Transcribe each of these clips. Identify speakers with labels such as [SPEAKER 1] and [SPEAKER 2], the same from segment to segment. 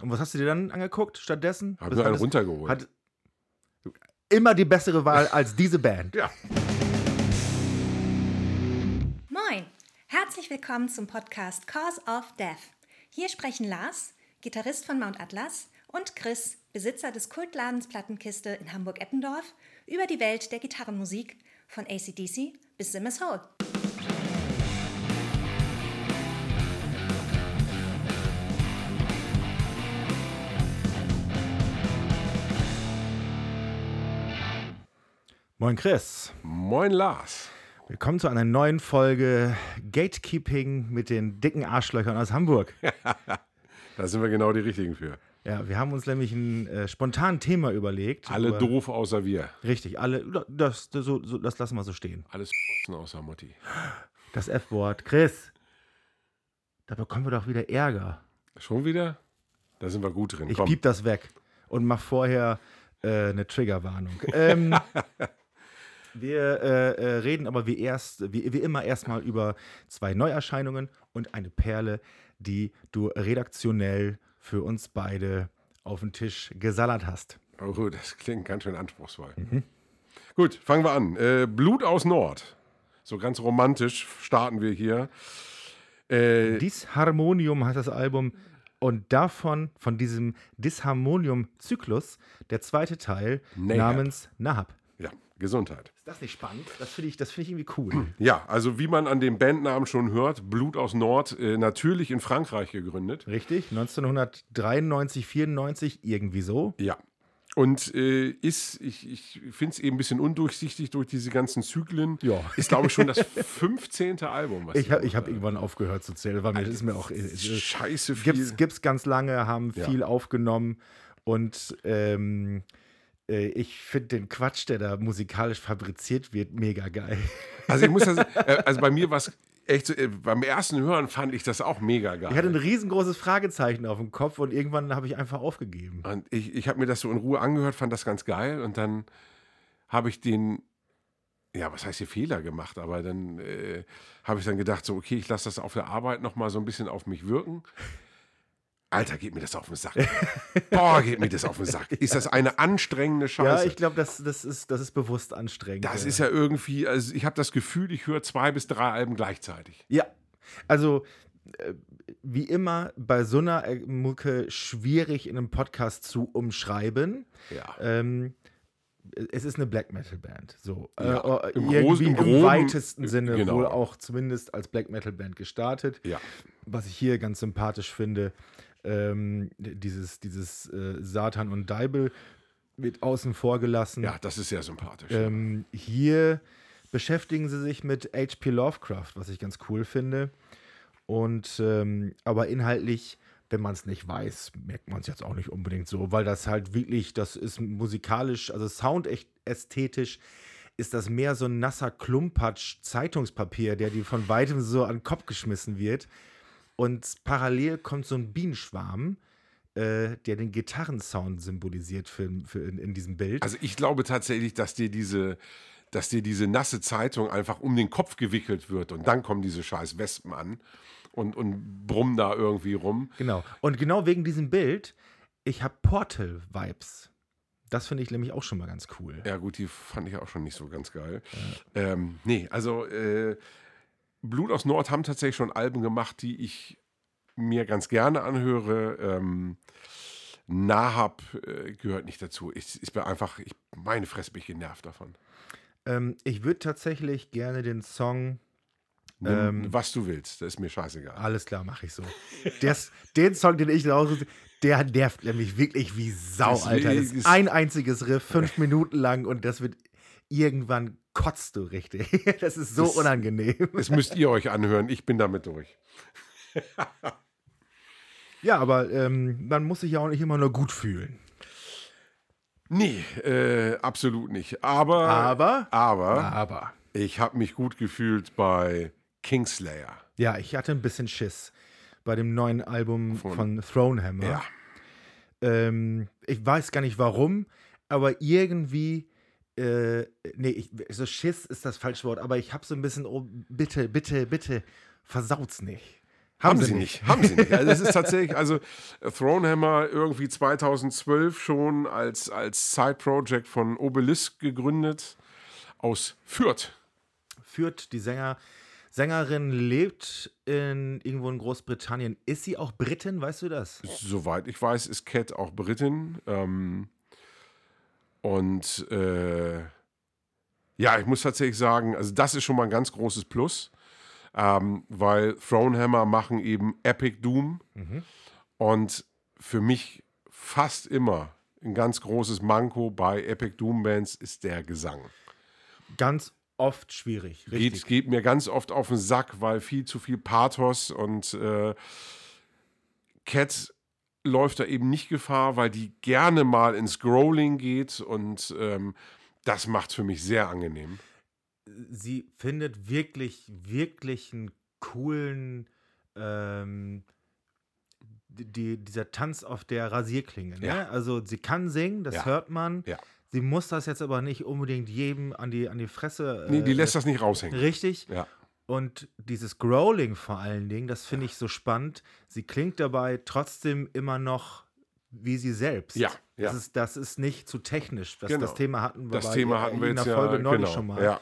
[SPEAKER 1] Und was hast du dir dann angeguckt stattdessen?
[SPEAKER 2] Hab
[SPEAKER 1] Was
[SPEAKER 2] mir einen
[SPEAKER 1] hattest-
[SPEAKER 2] runtergeholt.
[SPEAKER 1] Hat immer die bessere Wahl als diese Band.
[SPEAKER 2] ja.
[SPEAKER 3] Moin! Herzlich willkommen zum Podcast Cause of Death. Hier sprechen Lars, Gitarrist von Mount Atlas, und Chris, Besitzer des Kultladens Plattenkiste in Hamburg-Eppendorf, über die Welt der Gitarrenmusik von ACDC bis Simmers Hole.
[SPEAKER 1] Moin Chris.
[SPEAKER 2] Moin Lars.
[SPEAKER 1] Willkommen zu einer neuen Folge Gatekeeping mit den dicken Arschlöchern aus Hamburg.
[SPEAKER 2] Da sind wir genau die Richtigen für.
[SPEAKER 1] Ja, wir haben uns nämlich ein äh, spontanes Thema überlegt.
[SPEAKER 2] Alle
[SPEAKER 1] aber-
[SPEAKER 2] doof außer wir.
[SPEAKER 1] Richtig, alle. Das, das, so, so, das lassen wir so stehen.
[SPEAKER 2] Alles außer Mutti.
[SPEAKER 1] Das F-Wort. Chris, da bekommen wir doch wieder Ärger.
[SPEAKER 2] Schon wieder? Da sind wir gut drin.
[SPEAKER 1] Ich
[SPEAKER 2] Komm.
[SPEAKER 1] piep das weg und mach vorher äh, eine Triggerwarnung. Ähm, wir äh, äh, reden aber wie, erst, wie, wie immer erstmal über zwei Neuerscheinungen und eine Perle, die du redaktionell für uns beide auf den Tisch gesallert hast.
[SPEAKER 2] Oh, das klingt ganz schön anspruchsvoll.
[SPEAKER 1] Mhm.
[SPEAKER 2] Gut, fangen wir an. Äh, Blut aus Nord. So ganz romantisch starten wir hier. Äh,
[SPEAKER 1] Disharmonium heißt das Album. Und davon, von diesem Disharmonium-Zyklus, der zweite Teil
[SPEAKER 2] Nahab.
[SPEAKER 1] namens Nahab.
[SPEAKER 2] ja, Gesundheit.
[SPEAKER 1] Ist das nicht spannend? Das finde ich, das find ich irgendwie cool.
[SPEAKER 2] Ja, also wie man an dem Bandnamen schon hört, Blut aus Nord, äh, natürlich in Frankreich gegründet.
[SPEAKER 1] Richtig, 1993, 94, irgendwie so.
[SPEAKER 2] Ja. Und äh, ist, ich, ich finde es eben ein bisschen undurchsichtig durch diese ganzen Zyklen.
[SPEAKER 1] Ja.
[SPEAKER 2] Ist, glaube ich, schon das 15. Album. Was
[SPEAKER 1] Ich
[SPEAKER 2] die
[SPEAKER 1] habe ich
[SPEAKER 2] gemacht
[SPEAKER 1] hab irgendwann aufgehört zu zählen, weil mir ist mir auch. äh,
[SPEAKER 2] haben. äh, Scheiße viel.
[SPEAKER 1] Gibt's, gibt's ganz lange, haben
[SPEAKER 2] Ja.
[SPEAKER 1] viel aufgenommen und ähm, äh, ich finde den Quatsch, der da musikalisch fabriziert wird, mega geil.
[SPEAKER 2] Also ich muss ja sagen, äh, also bei mir war es echt so, äh, beim ersten Hören fand ich das auch mega geil.
[SPEAKER 1] Ich hatte ein riesengroßes Fragezeichen auf dem Kopf und irgendwann habe ich einfach aufgegeben.
[SPEAKER 2] Und ich, ich habe mir das so in Ruhe angehört, fand das ganz geil und dann habe ich den, ja, was heißt hier Fehler gemacht, aber dann äh, habe ich dann gedacht, so, okay, ich lasse das auf der Arbeit nochmal so ein bisschen auf mich wirken. Alter, geht mir das auf den Sack. Boah, geht mir das auf den Sack. Ist das eine anstrengende Scheiße?
[SPEAKER 1] Ja, ich glaube, das, das, ist, das ist bewusst anstrengend.
[SPEAKER 2] das
[SPEAKER 1] ja.
[SPEAKER 2] ist ja irgendwie, also ich habe das Gefühl, ich höre zwei bis drei Alben gleichzeitig.
[SPEAKER 1] Ja, also äh, wie immer bei so einer äh, Mucke schwierig in einem Podcast zu umschreiben.
[SPEAKER 2] Ja.
[SPEAKER 1] Ähm, es ist eine Black Metal Band, so
[SPEAKER 2] Ja,
[SPEAKER 1] äh,
[SPEAKER 2] im
[SPEAKER 1] irgendwie
[SPEAKER 2] Großen- im
[SPEAKER 1] im,
[SPEAKER 2] Groben,
[SPEAKER 1] weitesten Sinne
[SPEAKER 2] genau.
[SPEAKER 1] wohl auch zumindest als Black Metal Band gestartet.
[SPEAKER 2] Ja.
[SPEAKER 1] Was ich hier ganz sympathisch finde, ähm, dieses dieses äh, Satan und Deibel wird außen vor gelassen.
[SPEAKER 2] Ja, das ist sehr sympathisch.
[SPEAKER 1] Ähm, hier beschäftigen sie sich mit H.P. Lovecraft, was ich ganz cool finde. Und ähm, aber inhaltlich, wenn man es nicht weiß, merkt man es jetzt auch nicht unbedingt so, weil das halt wirklich, das ist musikalisch, also Sound echt ästhetisch. Ist das mehr so ein nasser Klumpatsch Zeitungspapier, der dir von weitem so an den Kopf geschmissen wird? Und parallel kommt so ein Bienenschwarm, äh, der den Gitarrensound symbolisiert für, für in, in diesem Bild.
[SPEAKER 2] Also ich glaube tatsächlich, dass dir diese, dass dir diese nasse Zeitung einfach um den Kopf gewickelt wird und dann kommen diese scheiß Wespen an und, und brummen da irgendwie rum.
[SPEAKER 1] Genau. Und genau wegen diesem Bild, ich habe Portal-Vibes. Das finde ich nämlich auch schon mal ganz cool.
[SPEAKER 2] Ja gut, die fand ich auch schon nicht so ganz geil. Ähm, nee, also äh, Blut aus Nord haben tatsächlich schon Alben gemacht, die ich mir ganz gerne anhöre. Ähm, Nahab äh, gehört nicht dazu. Ich, ich bin einfach, ich, meine Fresse bin ich genervt davon.
[SPEAKER 1] Ähm, ich würde tatsächlich gerne den Song
[SPEAKER 2] Nimm,
[SPEAKER 1] Ähm.
[SPEAKER 2] was du willst, das ist mir scheißegal.
[SPEAKER 1] Alles klar, mache ich so. Des, den Song, den ich raus, der nervt nämlich wirklich wie Sau,
[SPEAKER 2] Das
[SPEAKER 1] Alter.
[SPEAKER 2] ist-
[SPEAKER 1] Ist ein einziges Riff, fünf Minuten lang und das wird irgendwann kotzt du richtig. Das ist so
[SPEAKER 2] Das-
[SPEAKER 1] unangenehm.
[SPEAKER 2] Das müsst ihr euch anhören. Ich bin damit durch.
[SPEAKER 1] Ja, aber ähm, man muss sich ja auch nicht immer nur gut fühlen.
[SPEAKER 2] Nee, äh, absolut nicht. Aber, Ah.
[SPEAKER 1] Aber,
[SPEAKER 2] aber
[SPEAKER 1] aber.
[SPEAKER 2] ich habe mich gut gefühlt bei Kingslayer.
[SPEAKER 1] Ja, ich hatte ein bisschen Schiss bei dem neuen Album
[SPEAKER 2] Von-
[SPEAKER 1] von, Thronehammer.
[SPEAKER 2] Ja.
[SPEAKER 1] Ähm, ich weiß gar nicht warum, aber irgendwie. Äh, nee, ich, so Schiss ist das falsche Wort, aber ich habe so ein bisschen, oh, bitte, bitte, bitte, versaut's nicht.
[SPEAKER 2] Haben, sie nicht. Haben sie nicht. Also es ist tatsächlich, also Thronehammer irgendwie 2012 schon als, als Side-Project von Obelisk gegründet aus Fürth.
[SPEAKER 1] Führt die Sänger, Sängerin lebt in irgendwo in Großbritannien. Ist sie auch Britin, weißt du das?
[SPEAKER 2] Soweit ich weiß, ist Cat auch Britin. Ähm, und äh, ja, ich muss tatsächlich sagen, also das ist schon mal ein ganz großes Plus, ähm, weil Thronehammer machen eben Epic Doom
[SPEAKER 1] Mhm.
[SPEAKER 2] und für mich fast immer ein ganz großes Manko bei Epic Doom Bands ist der Gesang.
[SPEAKER 1] Ganz oft schwierig, richtig.
[SPEAKER 2] Geht, geht mir ganz oft auf den Sack, weil viel zu viel Pathos und äh, Cat läuft da eben nicht Gefahr, weil die gerne mal ins Growling geht und ähm, das macht für mich sehr angenehm.
[SPEAKER 1] Sie findet wirklich, wirklich einen coolen, ähm, die, dieser Tanz auf der Rasierklinge. Ne?
[SPEAKER 2] Ja.
[SPEAKER 1] Also sie kann singen, das
[SPEAKER 2] Ja.
[SPEAKER 1] hört man.
[SPEAKER 2] Ja.
[SPEAKER 1] Sie muss das jetzt aber nicht unbedingt jedem an die, an die Fresse.
[SPEAKER 2] Nee, die
[SPEAKER 1] äh,
[SPEAKER 2] lässt das nicht raushängen.
[SPEAKER 1] Richtig.
[SPEAKER 2] Ja.
[SPEAKER 1] Und dieses Growling vor allen Dingen, das finde ich so spannend. Sie klingt dabei trotzdem immer noch wie sie selbst.
[SPEAKER 2] Ja, ja.
[SPEAKER 1] Das, ist, das ist nicht zu technisch. Das,
[SPEAKER 2] Genau.
[SPEAKER 1] das Thema hatten wir
[SPEAKER 2] Das
[SPEAKER 1] bei
[SPEAKER 2] Thema hatten wir
[SPEAKER 1] in
[SPEAKER 2] jetzt
[SPEAKER 1] der
[SPEAKER 2] ja,
[SPEAKER 1] Folge neulich
[SPEAKER 2] genau,
[SPEAKER 1] schon mal.
[SPEAKER 2] ja.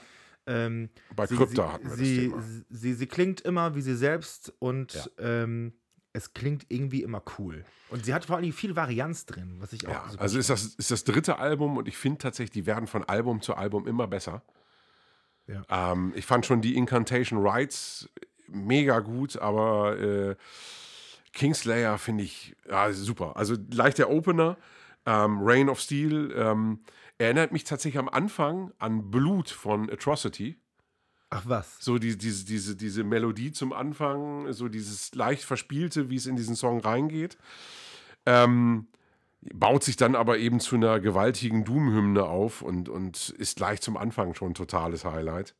[SPEAKER 1] Ähm,
[SPEAKER 2] Bei
[SPEAKER 1] sie,
[SPEAKER 2] Krypta
[SPEAKER 1] sie,
[SPEAKER 2] hatten wir das
[SPEAKER 1] sie,
[SPEAKER 2] Thema.
[SPEAKER 1] Sie, sie klingt immer wie sie selbst und
[SPEAKER 2] Ja.
[SPEAKER 1] ähm, es klingt irgendwie immer cool. Und sie hat vor allen Dingen viel Varianz drin, was ich auch.
[SPEAKER 2] Ja,
[SPEAKER 1] super
[SPEAKER 2] also ist das, ist das dritte Album und ich finde tatsächlich, die werden von Album zu Album immer besser.
[SPEAKER 1] Ja.
[SPEAKER 2] Ähm, ich fand schon die Incantation Rights mega gut, aber äh, Kingslayer finde ich ja, super. Also leicht der Opener, ähm, Rain of Steel ähm, erinnert mich tatsächlich am Anfang an Blut von Atrocity.
[SPEAKER 1] Ach was.
[SPEAKER 2] So die, diese, diese, diese Melodie zum Anfang, so dieses leicht verspielte, wie es in diesen Song reingeht. Ähm, baut sich dann aber eben zu einer gewaltigen Doom-Hymne auf und, und ist gleich zum Anfang schon ein totales Highlight.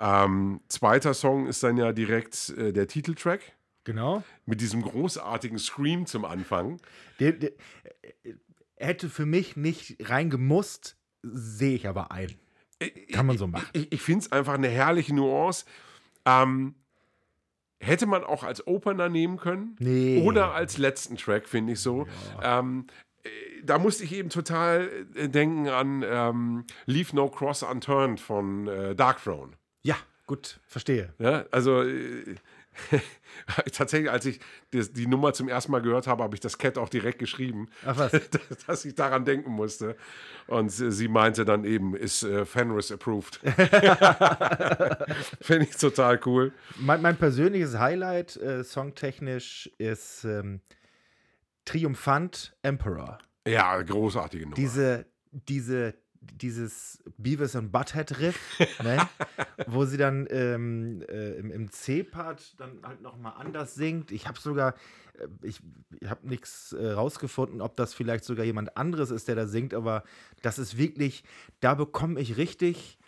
[SPEAKER 2] Ähm, zweiter Song ist dann ja direkt äh, der Titeltrack
[SPEAKER 1] Genau.
[SPEAKER 2] mit diesem großartigen Scream zum Anfang.
[SPEAKER 1] Der, der, äh, hätte für mich nicht reingemusst, sehe ich aber ein.
[SPEAKER 2] Äh,
[SPEAKER 1] Kann man so machen.
[SPEAKER 2] Ich, ich finde es einfach eine herrliche Nuance. Ähm, hätte man auch als Opener nehmen können.
[SPEAKER 1] Nee.
[SPEAKER 2] Oder als letzten Track, finde ich so. Ähm, äh, da musste ich eben total äh, denken an ähm, Leave No Cross Unturned von äh, Dark Throne.
[SPEAKER 1] Ja, gut, verstehe.
[SPEAKER 2] Ja, also äh, tatsächlich, als ich das, die Nummer zum ersten Mal gehört habe, habe ich das Cat auch direkt geschrieben,
[SPEAKER 1] Ach was.
[SPEAKER 2] dass, dass ich daran denken musste. Und äh, sie meinte dann eben, ist äh, Fenris approved. Finde ich total cool.
[SPEAKER 1] Mein, mein persönliches Highlight äh, songtechnisch ist ähm, Triumphant Emperor.
[SPEAKER 2] Ja, großartige Nummer.
[SPEAKER 1] Diese, diese, dieses Beavis und Butthead-Riff, ne? wo sie dann ähm, äh, im, im C-Part dann halt nochmal anders singt. Ich habe sogar, äh, ich, ich habe nichts äh, rausgefunden, ob das vielleicht sogar jemand anderes ist, der da singt, aber das ist wirklich, da bekomme ich richtig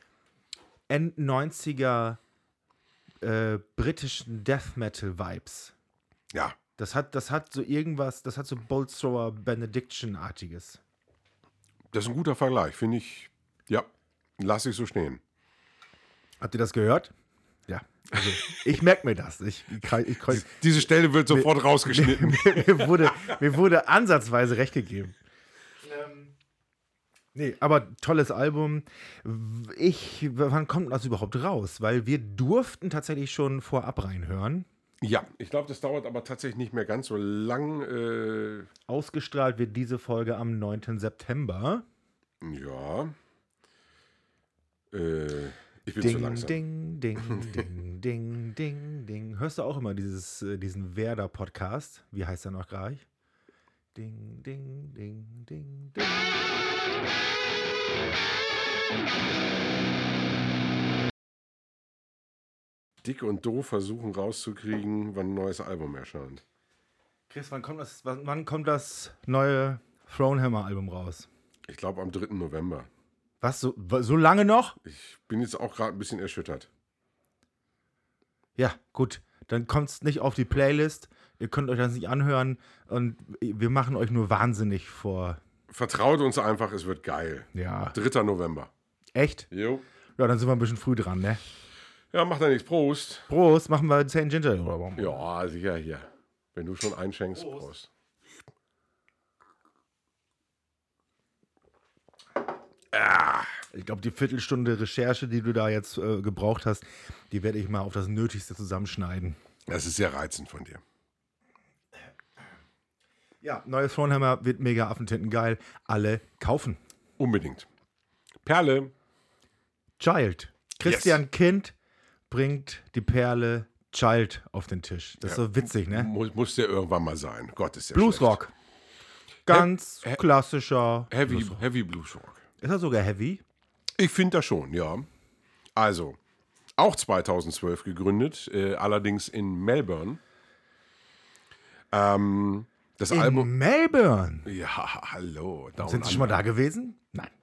[SPEAKER 1] End-90er äh, britischen Death-Metal-Vibes.
[SPEAKER 2] ja,
[SPEAKER 1] Das hat, das hat so irgendwas, das hat so Bolt Thrower Benediction-artiges.
[SPEAKER 2] das ist ein guter Vergleich, finde ich. Ja, lass ich so stehen.
[SPEAKER 1] Habt ihr das gehört? Ja. Also, ich merke mir das. Ich, ich, ich, ich,
[SPEAKER 2] Diese Stelle wird sofort rausgeschnitten.
[SPEAKER 1] mir, wurde, mir wurde ansatzweise recht gegeben. Nee, aber tolles Album. Ich, wann kommt das überhaupt raus? Weil wir durften tatsächlich schon vorab reinhören.
[SPEAKER 2] Ja, ich glaube, das dauert aber tatsächlich nicht mehr ganz so lang. Äh,
[SPEAKER 1] Ausgestrahlt wird diese Folge am 9. September.
[SPEAKER 2] ja. Äh, ich bin zu
[SPEAKER 1] Ding,
[SPEAKER 2] langsam.
[SPEAKER 1] ding, ding, ding, ding, ding, ding. Hörst du auch immer dieses, äh, diesen Werder-Podcast? Wie heißt er noch gleich? Ding, ding, ding, ding, ding.
[SPEAKER 2] Dick und doof versuchen rauszukriegen, wann ein neues Album erscheint.
[SPEAKER 1] Chris, wann kommt das, wann, wann kommt das neue Thronehammer-Album raus?
[SPEAKER 2] Ich glaube, am 3. November.
[SPEAKER 1] Was, so, wa- so lange noch?
[SPEAKER 2] Ich bin jetzt auch gerade ein bisschen erschüttert.
[SPEAKER 1] Ja, gut. Dann kommt es nicht auf die Playlist. Ihr könnt euch das nicht anhören. Und wir machen euch nur wahnsinnig vor.
[SPEAKER 2] Vertraut uns einfach, es wird geil.
[SPEAKER 1] Ja.
[SPEAKER 2] 3. November.
[SPEAKER 1] Echt?
[SPEAKER 2] Jo.
[SPEAKER 1] Ja, dann sind wir ein bisschen früh dran, ne?
[SPEAKER 2] Ja, macht da nichts. Prost.
[SPEAKER 1] Prost, machen wir 10 Ginger. Oder warum?
[SPEAKER 2] Ja, sicher hier. Wenn du schon einschenkst, Prost.
[SPEAKER 1] Ich glaube, die Viertelstunde Recherche, die du da jetzt äh, gebraucht hast, die werde ich mal auf das Nötigste zusammenschneiden.
[SPEAKER 2] Das ist sehr reizend von dir.
[SPEAKER 1] Ja, neue Thronhammer wird mega Affentinten geil. Alle kaufen.
[SPEAKER 2] Unbedingt. Perle.
[SPEAKER 1] Child. Christian Kind bringt die Perle Child auf den Tisch. Das ist so witzig, ne?
[SPEAKER 2] Muss, muss der irgendwann mal sein. Gott ist ja
[SPEAKER 1] Bluesrock. Ganz
[SPEAKER 2] Hä- hä-
[SPEAKER 1] klassischer.
[SPEAKER 2] Schlecht. Heavy, heavy Bluesrock.
[SPEAKER 1] Ist er sogar heavy?
[SPEAKER 2] Ich finde das schon, ja. Also, auch 2012 gegründet, äh, allerdings in Melbourne. Ähm, das Album.
[SPEAKER 1] In Melbourne.
[SPEAKER 2] Ja, hallo. Down
[SPEAKER 1] Sind Sie schon
[SPEAKER 2] Under.
[SPEAKER 1] mal da gewesen? Nein.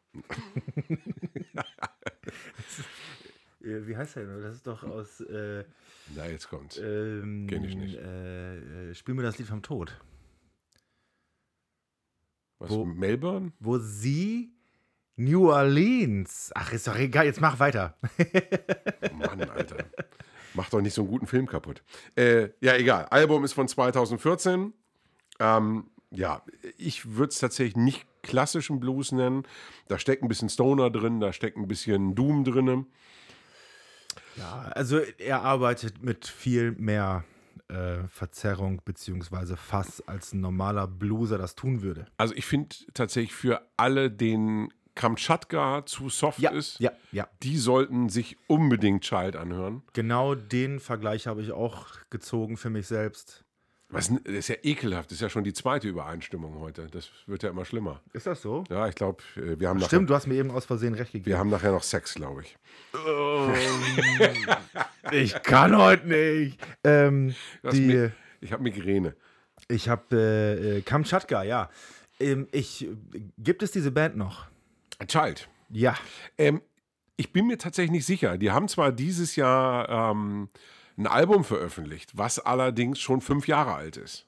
[SPEAKER 1] Äh, Wie heißt der denn? Das ist doch aus. Äh,
[SPEAKER 2] Na, jetzt kommt's.
[SPEAKER 1] ähm,
[SPEAKER 2] Kenn ich nicht.
[SPEAKER 1] Äh, äh, spiel mir das Lied vom Tod.
[SPEAKER 2] Was,
[SPEAKER 1] wo-
[SPEAKER 2] Melbourne?
[SPEAKER 1] Wo sie. New Orleans. Ach, ist doch egal, jetzt mach weiter.
[SPEAKER 2] Oh Mann, Alter. Macht doch nicht so einen guten Film kaputt. Äh, ja, egal. Album ist von 2014. Ähm, ja, ich würde es tatsächlich nicht klassischen Blues nennen. Da steckt ein bisschen Stoner drin, da steckt ein bisschen Doom drin.
[SPEAKER 1] Also er arbeitet mit viel mehr äh, Verzerrung bzw. Fass, als ein normaler Blueser das tun würde.
[SPEAKER 2] Also ich finde tatsächlich für alle, denen Kamtschatka zu soft ist,
[SPEAKER 1] ja, ja.
[SPEAKER 2] die sollten sich unbedingt Child anhören.
[SPEAKER 1] Genau den Vergleich habe ich auch gezogen für mich selbst.
[SPEAKER 2] Was, n- das ist ja ekelhaft, das ist ja schon die zweite Übereinstimmung heute. Das wird ja immer schlimmer.
[SPEAKER 1] Ist das so?
[SPEAKER 2] Ja, ich glaube, wir, haben nachher-
[SPEAKER 1] Stimmt, du hast mir eben aus Versehen recht gegeben.
[SPEAKER 2] wir haben nachher noch Sex, glaube ich.
[SPEAKER 1] Ich kann heute nicht. Ähm,
[SPEAKER 2] Das
[SPEAKER 1] die,
[SPEAKER 2] Mi- ich habe Migräne.
[SPEAKER 1] ich habe äh, äh, Kamtschatka, ja. Ähm, ich, äh, gibt es diese Band noch?
[SPEAKER 2] Child.
[SPEAKER 1] Ja.
[SPEAKER 2] Ähm, ich bin mir tatsächlich nicht sicher. Die haben zwar dieses Jahr ähm, ein Album veröffentlicht, was allerdings schon fünf Jahre alt ist.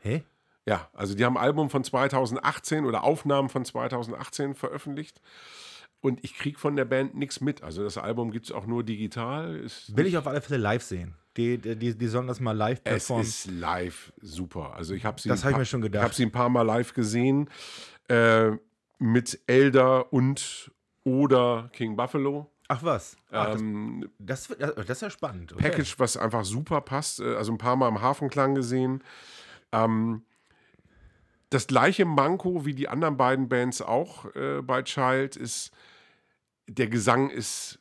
[SPEAKER 1] Hä?
[SPEAKER 2] Ja, also die haben ein Album von 2018 oder Aufnahmen von 2018 veröffentlicht. Und ich kriege von der Band nichts mit. Also das Album gibt es auch nur digital. Ist
[SPEAKER 1] Will ich auf alle Fälle live sehen. Die, die, die sollen das mal live
[SPEAKER 2] es
[SPEAKER 1] performen.
[SPEAKER 2] ist live super. Also ich habe sie,
[SPEAKER 1] Das
[SPEAKER 2] ein
[SPEAKER 1] hab ich
[SPEAKER 2] paar-
[SPEAKER 1] mir schon gedacht.
[SPEAKER 2] Ich habe sie ein paar Mal live gesehen äh, mit Elder und oder King Buffalo.
[SPEAKER 1] Ach was. Ach,
[SPEAKER 2] Ähm,
[SPEAKER 1] das, das, wird- das ist ja spannend. Okay.
[SPEAKER 2] Package, was einfach super passt. Äh, Also ein paar Mal im Hafenklang gesehen. Ähm, das gleiche Manko wie die anderen beiden Bands auch äh, bei Child ist, der Gesang ist,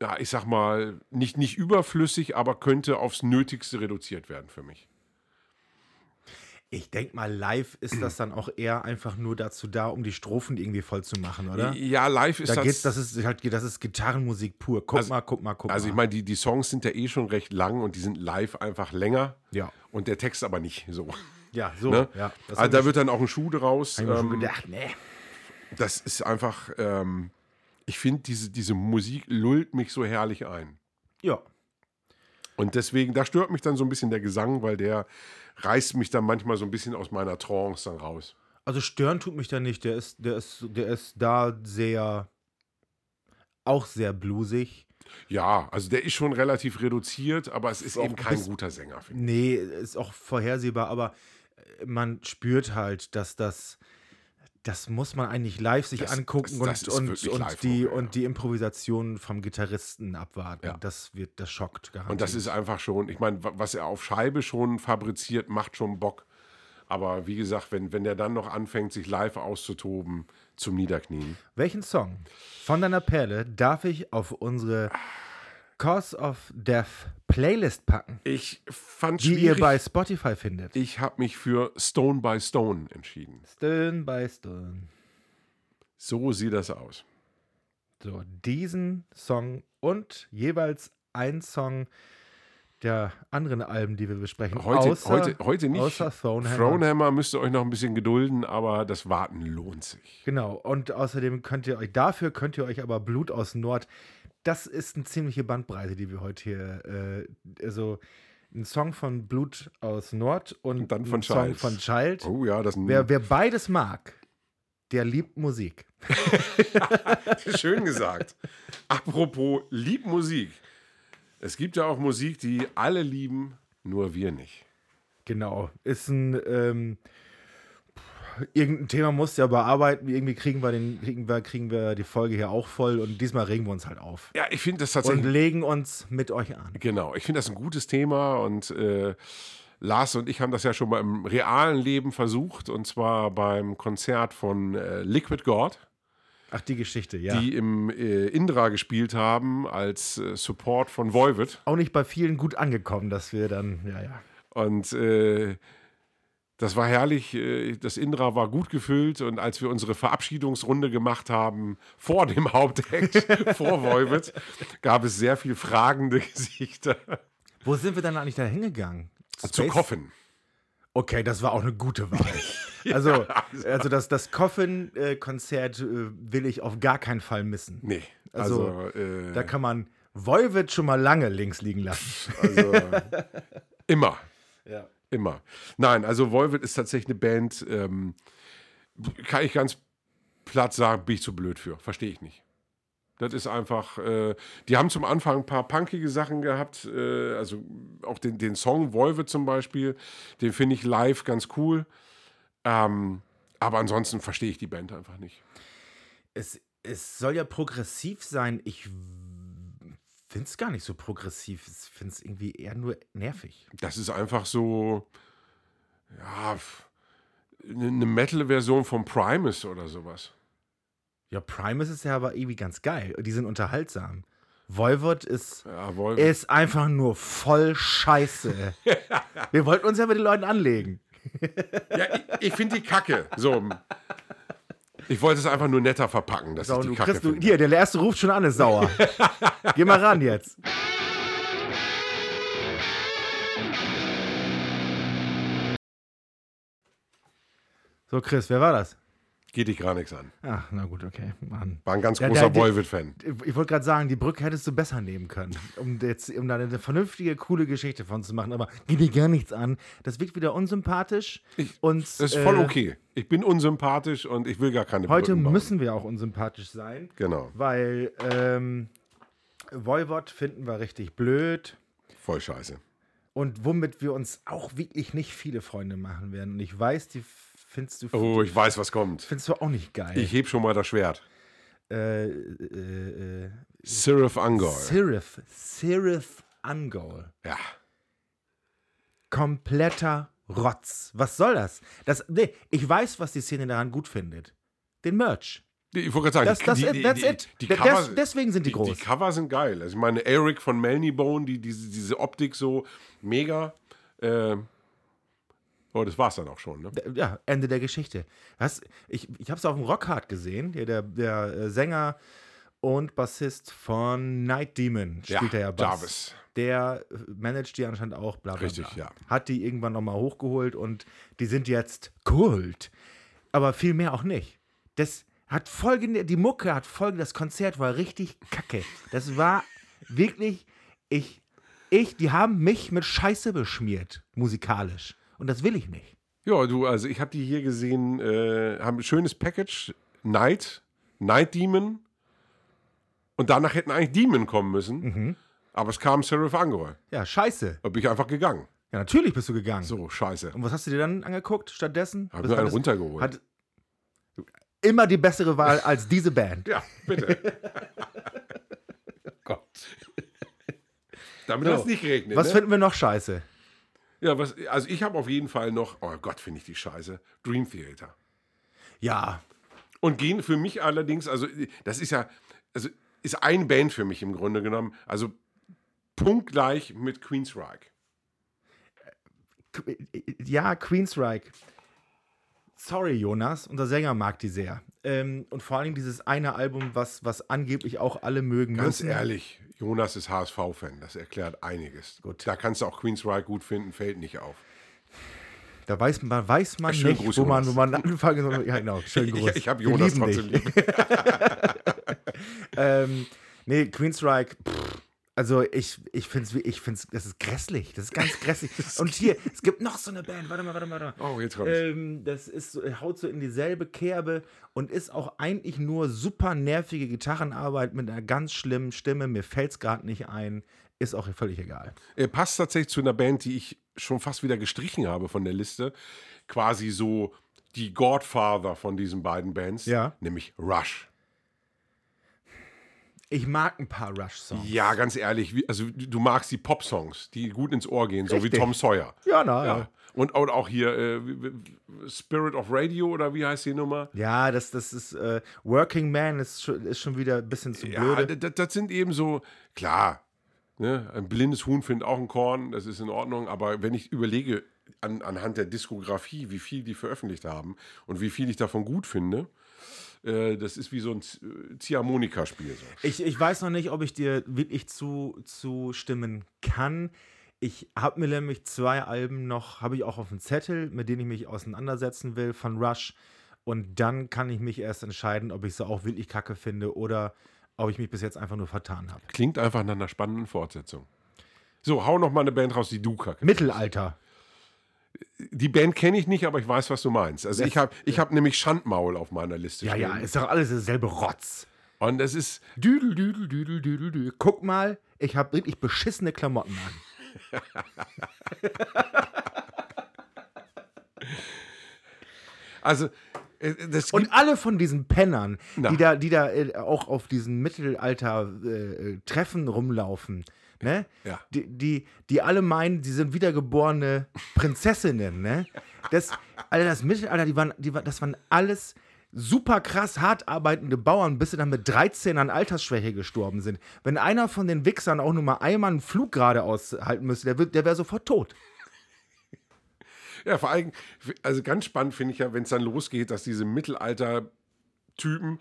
[SPEAKER 2] ja, ich sag mal, nicht, nicht überflüssig, aber könnte aufs Nötigste reduziert werden für mich.
[SPEAKER 1] Ich denke mal, live ist das dann auch eher einfach nur dazu da, um die Strophen irgendwie voll zu machen, oder?
[SPEAKER 2] Ja, live ist
[SPEAKER 1] Da
[SPEAKER 2] das.
[SPEAKER 1] geht's, das ist halt, das ist Gitarrenmusik pur. Guck
[SPEAKER 2] Also-
[SPEAKER 1] mal, guck mal, guck
[SPEAKER 2] also ich
[SPEAKER 1] mal.
[SPEAKER 2] meine, die, die Songs sind ja eh schon recht lang und die sind live einfach länger.
[SPEAKER 1] Ja.
[SPEAKER 2] Und der Text aber nicht so.
[SPEAKER 1] Ja, so.
[SPEAKER 2] Ne?
[SPEAKER 1] Ja, das
[SPEAKER 2] also
[SPEAKER 1] hab
[SPEAKER 2] da
[SPEAKER 1] ich-
[SPEAKER 2] wird dann auch ein Schuh draus.
[SPEAKER 1] hab ich mir schon
[SPEAKER 2] ähm,
[SPEAKER 1] gedacht, ne? nee.
[SPEAKER 2] das ist einfach, ähm, ich finde, diese, diese Musik lullt mich so herrlich ein.
[SPEAKER 1] Ja.
[SPEAKER 2] Und deswegen, da stört mich dann so ein bisschen der Gesang, weil der reißt mich dann manchmal so ein bisschen aus meiner Trance dann raus.
[SPEAKER 1] Also stören tut mich da nicht. Der ist, der ist, der ist da sehr, auch sehr bluesig.
[SPEAKER 2] Ja, also der ist schon relativ reduziert, aber es ist
[SPEAKER 1] Auch
[SPEAKER 2] eben kein
[SPEAKER 1] bis-
[SPEAKER 2] guter Sänger, finde
[SPEAKER 1] Nee, ist auch vorhersehbar, aber äh, man spürt halt, dass das, das muss man eigentlich live sich
[SPEAKER 2] Das-
[SPEAKER 1] angucken
[SPEAKER 2] das- das ist
[SPEAKER 1] und,
[SPEAKER 2] wirklich
[SPEAKER 1] und,
[SPEAKER 2] live,
[SPEAKER 1] und, die,
[SPEAKER 2] ja, ja.
[SPEAKER 1] und die Improvisationen vom Gitarristen abwarten.
[SPEAKER 2] Ja.
[SPEAKER 1] Das wird, das schockt
[SPEAKER 2] ich. Und das ist einfach schon, ich meine, wa- was er auf Scheibe schon fabriziert, macht schon Bock. Aber wie gesagt, wenn, wenn der dann noch anfängt, sich live auszutoben zum Niederknien.
[SPEAKER 1] Welchen Song von deiner Perle darf ich auf unsere Cause of Death Playlist packen,
[SPEAKER 2] Ich fand
[SPEAKER 1] die ihr bei Spotify findet?
[SPEAKER 2] Ich habe mich für Stone by Stone entschieden.
[SPEAKER 1] Stone by Stone.
[SPEAKER 2] So sieht das aus.
[SPEAKER 1] So, diesen Song und jeweils ein Song der anderen Alben, die wir besprechen.
[SPEAKER 2] Heute,
[SPEAKER 1] außer,
[SPEAKER 2] heute, heute nicht.
[SPEAKER 1] Außer Thronehammer.
[SPEAKER 2] Thronehammer müsst ihr euch noch ein bisschen gedulden, aber das Warten lohnt sich.
[SPEAKER 1] Genau. Und außerdem könnt ihr euch, dafür könnt ihr euch aber Blut aus Nord. Das ist eine ziemliche Bandbreite, die wir heute hier, äh, also ein Song von Blut aus Nord und,
[SPEAKER 2] Und dann
[SPEAKER 1] ein
[SPEAKER 2] von
[SPEAKER 1] Song
[SPEAKER 2] Child.
[SPEAKER 1] von Child.
[SPEAKER 2] Oh ja, Oh das
[SPEAKER 1] Wer, wer beides mag, der liebt Musik.
[SPEAKER 2] Schön gesagt. Apropos lieb Musik. Es gibt ja auch Musik, die alle lieben, nur wir nicht.
[SPEAKER 1] Genau. Ist ein. Ähm, pff, Irgendein Thema muss ja bearbeiten. Irgendwie kriegen wir, den, kriegen, wir, kriegen wir die Folge hier auch voll und diesmal regen wir uns halt auf.
[SPEAKER 2] Ja, ich finde das
[SPEAKER 1] Und
[SPEAKER 2] tatsächlich.
[SPEAKER 1] legen uns mit euch an.
[SPEAKER 2] genau, ich finde das ein gutes Thema und äh, Lars und ich haben das ja schon mal im realen Leben versucht und zwar beim Konzert von äh, Liquid God.
[SPEAKER 1] Ach, die Geschichte, ja.
[SPEAKER 2] die im äh, Indra gespielt haben als äh, Support von Volvid.
[SPEAKER 1] auch nicht bei vielen gut angekommen, dass wir dann, ja, ja.
[SPEAKER 2] Und äh, das war herrlich. Äh, Das Indra war gut gefüllt. Und als wir unsere Verabschiedungsrunde gemacht haben, vor dem Hauptact, vor Volvid, gab es sehr viel fragende Gesichter.
[SPEAKER 1] Wo sind wir dann eigentlich da hingegangen?
[SPEAKER 2] Zu
[SPEAKER 1] Space-
[SPEAKER 2] Coffin.
[SPEAKER 1] Okay, das war auch eine gute Wahl. Also, also das, das Coffin-Konzert äh, will ich auf gar keinen Fall missen.
[SPEAKER 2] Nee. Also,
[SPEAKER 1] Also,
[SPEAKER 2] äh,
[SPEAKER 1] Da kann man Wolwitz schon mal lange links liegen lassen.
[SPEAKER 2] also immer.
[SPEAKER 1] Ja.
[SPEAKER 2] Immer. Nein, also Volvid ist tatsächlich eine Band, ähm, kann ich ganz platt sagen, bin ich zu blöd für. Verstehe ich nicht. Das ist einfach, äh, die haben zum Anfang ein paar punkige Sachen gehabt, äh, also auch den, den Song Volvid zum Beispiel, den finde ich live ganz cool. Ähm, aber ansonsten verstehe ich die Band einfach nicht.
[SPEAKER 1] Es, es soll ja progressiv sein. Ich finde es gar nicht so progressiv. Ich finde es irgendwie eher nur nervig.
[SPEAKER 2] Das ist einfach so, ja, f- eine eine Metal-Version von Primus oder sowas.
[SPEAKER 1] Ja, Primus ist ja aber irgendwie ganz geil. Die sind unterhaltsam. Wolwitz ist
[SPEAKER 2] Ja, Volvid.
[SPEAKER 1] ist einfach nur voll scheiße. Wir wollten uns ja mit den Leuten anlegen.
[SPEAKER 2] Ja, ich, ich finde die kacke. So. Ich wollte es einfach nur netter verpacken, dass
[SPEAKER 1] So,
[SPEAKER 2] ich die
[SPEAKER 1] du
[SPEAKER 2] kacke
[SPEAKER 1] kriegst, du,
[SPEAKER 2] finde.
[SPEAKER 1] hier, der erste ruft schon an, ist sauer. Geh mal ran jetzt. So, Chris, wer war das?
[SPEAKER 2] Geht dich gar nichts an.
[SPEAKER 1] Ach, na gut, okay. Mann.
[SPEAKER 2] War ein ganz
[SPEAKER 1] Ja,
[SPEAKER 2] großer
[SPEAKER 1] der- der-
[SPEAKER 2] Volvid-Fan.
[SPEAKER 1] Ich wollte gerade sagen, die Brücke hättest du besser nehmen können, um, jetzt, um da eine vernünftige, coole Geschichte von zu machen. Aber geh dir gar nichts an. Das wirkt wieder unsympathisch.
[SPEAKER 2] Ich-
[SPEAKER 1] und,
[SPEAKER 2] Das ist voll
[SPEAKER 1] äh,
[SPEAKER 2] okay. Ich bin unsympathisch und ich will gar keine
[SPEAKER 1] Heute
[SPEAKER 2] Brücken bauen.
[SPEAKER 1] müssen wir auch unsympathisch sein,
[SPEAKER 2] Genau,
[SPEAKER 1] weil ähm, Voivod finden wir richtig blöd
[SPEAKER 2] voll scheiße.
[SPEAKER 1] und womit wir uns auch wirklich nicht viele Freunde machen werden. Und ich weiß, die findest du,
[SPEAKER 2] Oh, ich weiß, was kommt.
[SPEAKER 1] findest du auch nicht geil.
[SPEAKER 2] Ich heb schon mal das Schwert.
[SPEAKER 1] äh, äh, äh,
[SPEAKER 2] Seraph Angor.
[SPEAKER 1] Sirith, Sirith Ungol.
[SPEAKER 2] Ja.
[SPEAKER 1] Kompletter Rotz. Was soll das? das nee, ich weiß, was die Szene daran gut findet. Den Merch.
[SPEAKER 2] Ich wollte gerade sagen,
[SPEAKER 1] Das,
[SPEAKER 2] die-
[SPEAKER 1] das,
[SPEAKER 2] die, die,
[SPEAKER 1] that's
[SPEAKER 2] die,
[SPEAKER 1] it.
[SPEAKER 2] Die,
[SPEAKER 1] Da-
[SPEAKER 2] Cover,
[SPEAKER 1] des, deswegen sind die
[SPEAKER 2] die, die
[SPEAKER 1] groß.
[SPEAKER 2] Cover sind geil. Also ich meine, Eric von Melnybone, die, diese, diese Optik so mega. Ähm, oh, das war's dann auch schon, ne?
[SPEAKER 1] ja, Ende der Geschichte. Was, ich ich habe es auf dem Rockhard gesehen, der, der, der äh, Sänger und Bassist von Night Demon spielt er ja Bass.
[SPEAKER 2] Jarvis.
[SPEAKER 1] Der äh, managt die anscheinend auch, bla bla
[SPEAKER 2] Richtig,
[SPEAKER 1] bla.
[SPEAKER 2] ja.
[SPEAKER 1] Hat die irgendwann nochmal hochgeholt und die sind jetzt Kult. Aber viel mehr auch nicht. Das hat folgende, die Mucke hat folgende, das Konzert war richtig kacke. Das war wirklich, ich, ich, die haben mich mit Scheiße beschmiert, musikalisch. Und das will ich nicht.
[SPEAKER 2] Ja, du, also ich habe die hier gesehen, äh, haben ein schönes Package, Night, Night Demon. Und danach hätten eigentlich Demon kommen müssen.
[SPEAKER 1] Mhm.
[SPEAKER 2] Aber es kam Seraph Angor.
[SPEAKER 1] Ja, scheiße.
[SPEAKER 2] Da bin ich einfach gegangen.
[SPEAKER 1] Ja, natürlich bist du gegangen.
[SPEAKER 2] So, scheiße.
[SPEAKER 1] Und was hast du dir dann angeguckt stattdessen?
[SPEAKER 2] Hab
[SPEAKER 1] Bist-
[SPEAKER 2] mir einen
[SPEAKER 1] hattest-
[SPEAKER 2] runtergeholt.
[SPEAKER 1] Hat immer die bessere Wahl als diese Band.
[SPEAKER 2] ja, bitte. Gott. Damit
[SPEAKER 1] So.
[SPEAKER 2] hat's nicht geregnet.
[SPEAKER 1] Was
[SPEAKER 2] ne?
[SPEAKER 1] finden wir noch scheiße?
[SPEAKER 2] ja, was, also ich habe auf jeden Fall noch, oh Gott, finde ich die scheiße, Dream Theater.
[SPEAKER 1] Ja,
[SPEAKER 2] Und gehen für mich allerdings, also das ist ja, also ist ein Band für mich im Grunde genommen, also punktgleich mit Queensryche.
[SPEAKER 1] Qu- äh, ja, Queensryche. Sorry, Jonas, unser Sänger mag die sehr. Ähm, und vor allem dieses eine Album, was, was angeblich auch alle mögen
[SPEAKER 2] Ganz
[SPEAKER 1] müssen.
[SPEAKER 2] ehrlich, Jonas ist HSV-Fan, das erklärt einiges. Gut. Da kannst du auch Queensryche gut finden, fällt nicht auf.
[SPEAKER 1] Da weiß man, weiß man
[SPEAKER 2] Schönen
[SPEAKER 1] nicht,
[SPEAKER 2] Gruß,
[SPEAKER 1] wo, man, wo
[SPEAKER 2] Jonas.
[SPEAKER 1] man anfangen soll. Ja, genau. Schönen Gruß.
[SPEAKER 2] Ich, ich habe
[SPEAKER 1] Wir
[SPEAKER 2] Jonas
[SPEAKER 1] lieben dich.
[SPEAKER 2] trotzdem lieb.
[SPEAKER 1] Ähm, nee, Queensryche, pff, Also ich, ich finde es, ich find's, das ist grässlich. Das ist ganz grässlich. Und hier, es gibt noch so eine Band. Warte mal, warte mal, warte mal.
[SPEAKER 2] Oh, jetzt kommt's.
[SPEAKER 1] Ähm, das ist, so- haut so in dieselbe Kerbe und ist auch eigentlich nur super nervige Gitarrenarbeit mit einer ganz schlimmen Stimme. Mir fällt es gerade nicht ein. Ist auch völlig egal.
[SPEAKER 2] Äh, passt tatsächlich zu einer Band, die ich schon fast wieder gestrichen habe von der Liste. Quasi so die Godfather von diesen beiden Bands,
[SPEAKER 1] Ja.
[SPEAKER 2] nämlich Rush.
[SPEAKER 1] Ich mag ein paar Rush-Songs.
[SPEAKER 2] Ja, ganz ehrlich, wie, also du magst die Pop-Songs, die gut ins Ohr gehen, so wie
[SPEAKER 1] Richtig.
[SPEAKER 2] Tom Sawyer.
[SPEAKER 1] Ja, na,
[SPEAKER 2] Ah, Ja. Und, und auch hier äh, wie- wie- Spirit of Radio oder wie heißt die Nummer?
[SPEAKER 1] Ja, das, das ist äh, Working Man ist schon, ist schon wieder ein bisschen zu
[SPEAKER 2] Ja,
[SPEAKER 1] blöde.
[SPEAKER 2] das, das sind eben so, klar, ne, ein blindes Huhn findet auch ein Korn, das ist in Ordnung, aber wenn ich überlege, an, anhand der Diskografie, wie viel die veröffentlicht haben und wie viel ich davon gut finde, äh, das ist wie so ein Z- äh, Ziehharmonika-Spiel. So.
[SPEAKER 1] Ich, ich weiß noch nicht, ob ich dir wirklich zu, zustimmen kann. Ich habe mir nämlich zwei Alben noch, habe ich auch auf dem Zettel, mit denen ich mich auseinandersetzen will, von Rush. Und dann kann ich mich erst entscheiden, ob ich sie auch wirklich kacke finde oder ob ich mich bis jetzt einfach nur vertan habe.
[SPEAKER 2] Klingt einfach nach einer spannenden Fortsetzung. So, hau noch mal eine Band raus, die du kacke.
[SPEAKER 1] Mittelalter.
[SPEAKER 2] Die Band kenne ich nicht, aber ich weiß, was du meinst. Also ich habe ich hab nämlich Schandmaul auf meiner Liste
[SPEAKER 1] Ja, ja, ist doch alles derselbe Rotz.
[SPEAKER 2] Und es ist,
[SPEAKER 1] Düdel, düdel, düdel, düdel, düdel. Guck mal, ich habe wirklich beschissene Klamotten an.
[SPEAKER 2] also, äh, das
[SPEAKER 1] Und alle von diesen Pennern,
[SPEAKER 2] Na.
[SPEAKER 1] die da, die da äh, auch auf diesen Mittelalter-Treffen äh, rumlaufen, ne?
[SPEAKER 2] Ja.
[SPEAKER 1] Die, die, die alle meinen, die sind wiedergeborene Prinzessinnen, ne? Das, Alter, das Mittelalter, die waren, die, waren- das waren alles super krass hart arbeitende Bauern, bis sie dann mit 13 an Altersschwäche gestorben sind. Wenn einer von den Wichsern auch nur mal einmal einen Flug geradeaus halten müsste, der, wird- der wäre sofort tot.
[SPEAKER 2] Ja, vor allem, also ganz spannend finde ich ja, wenn es dann losgeht, dass diese Mittelalter-Typen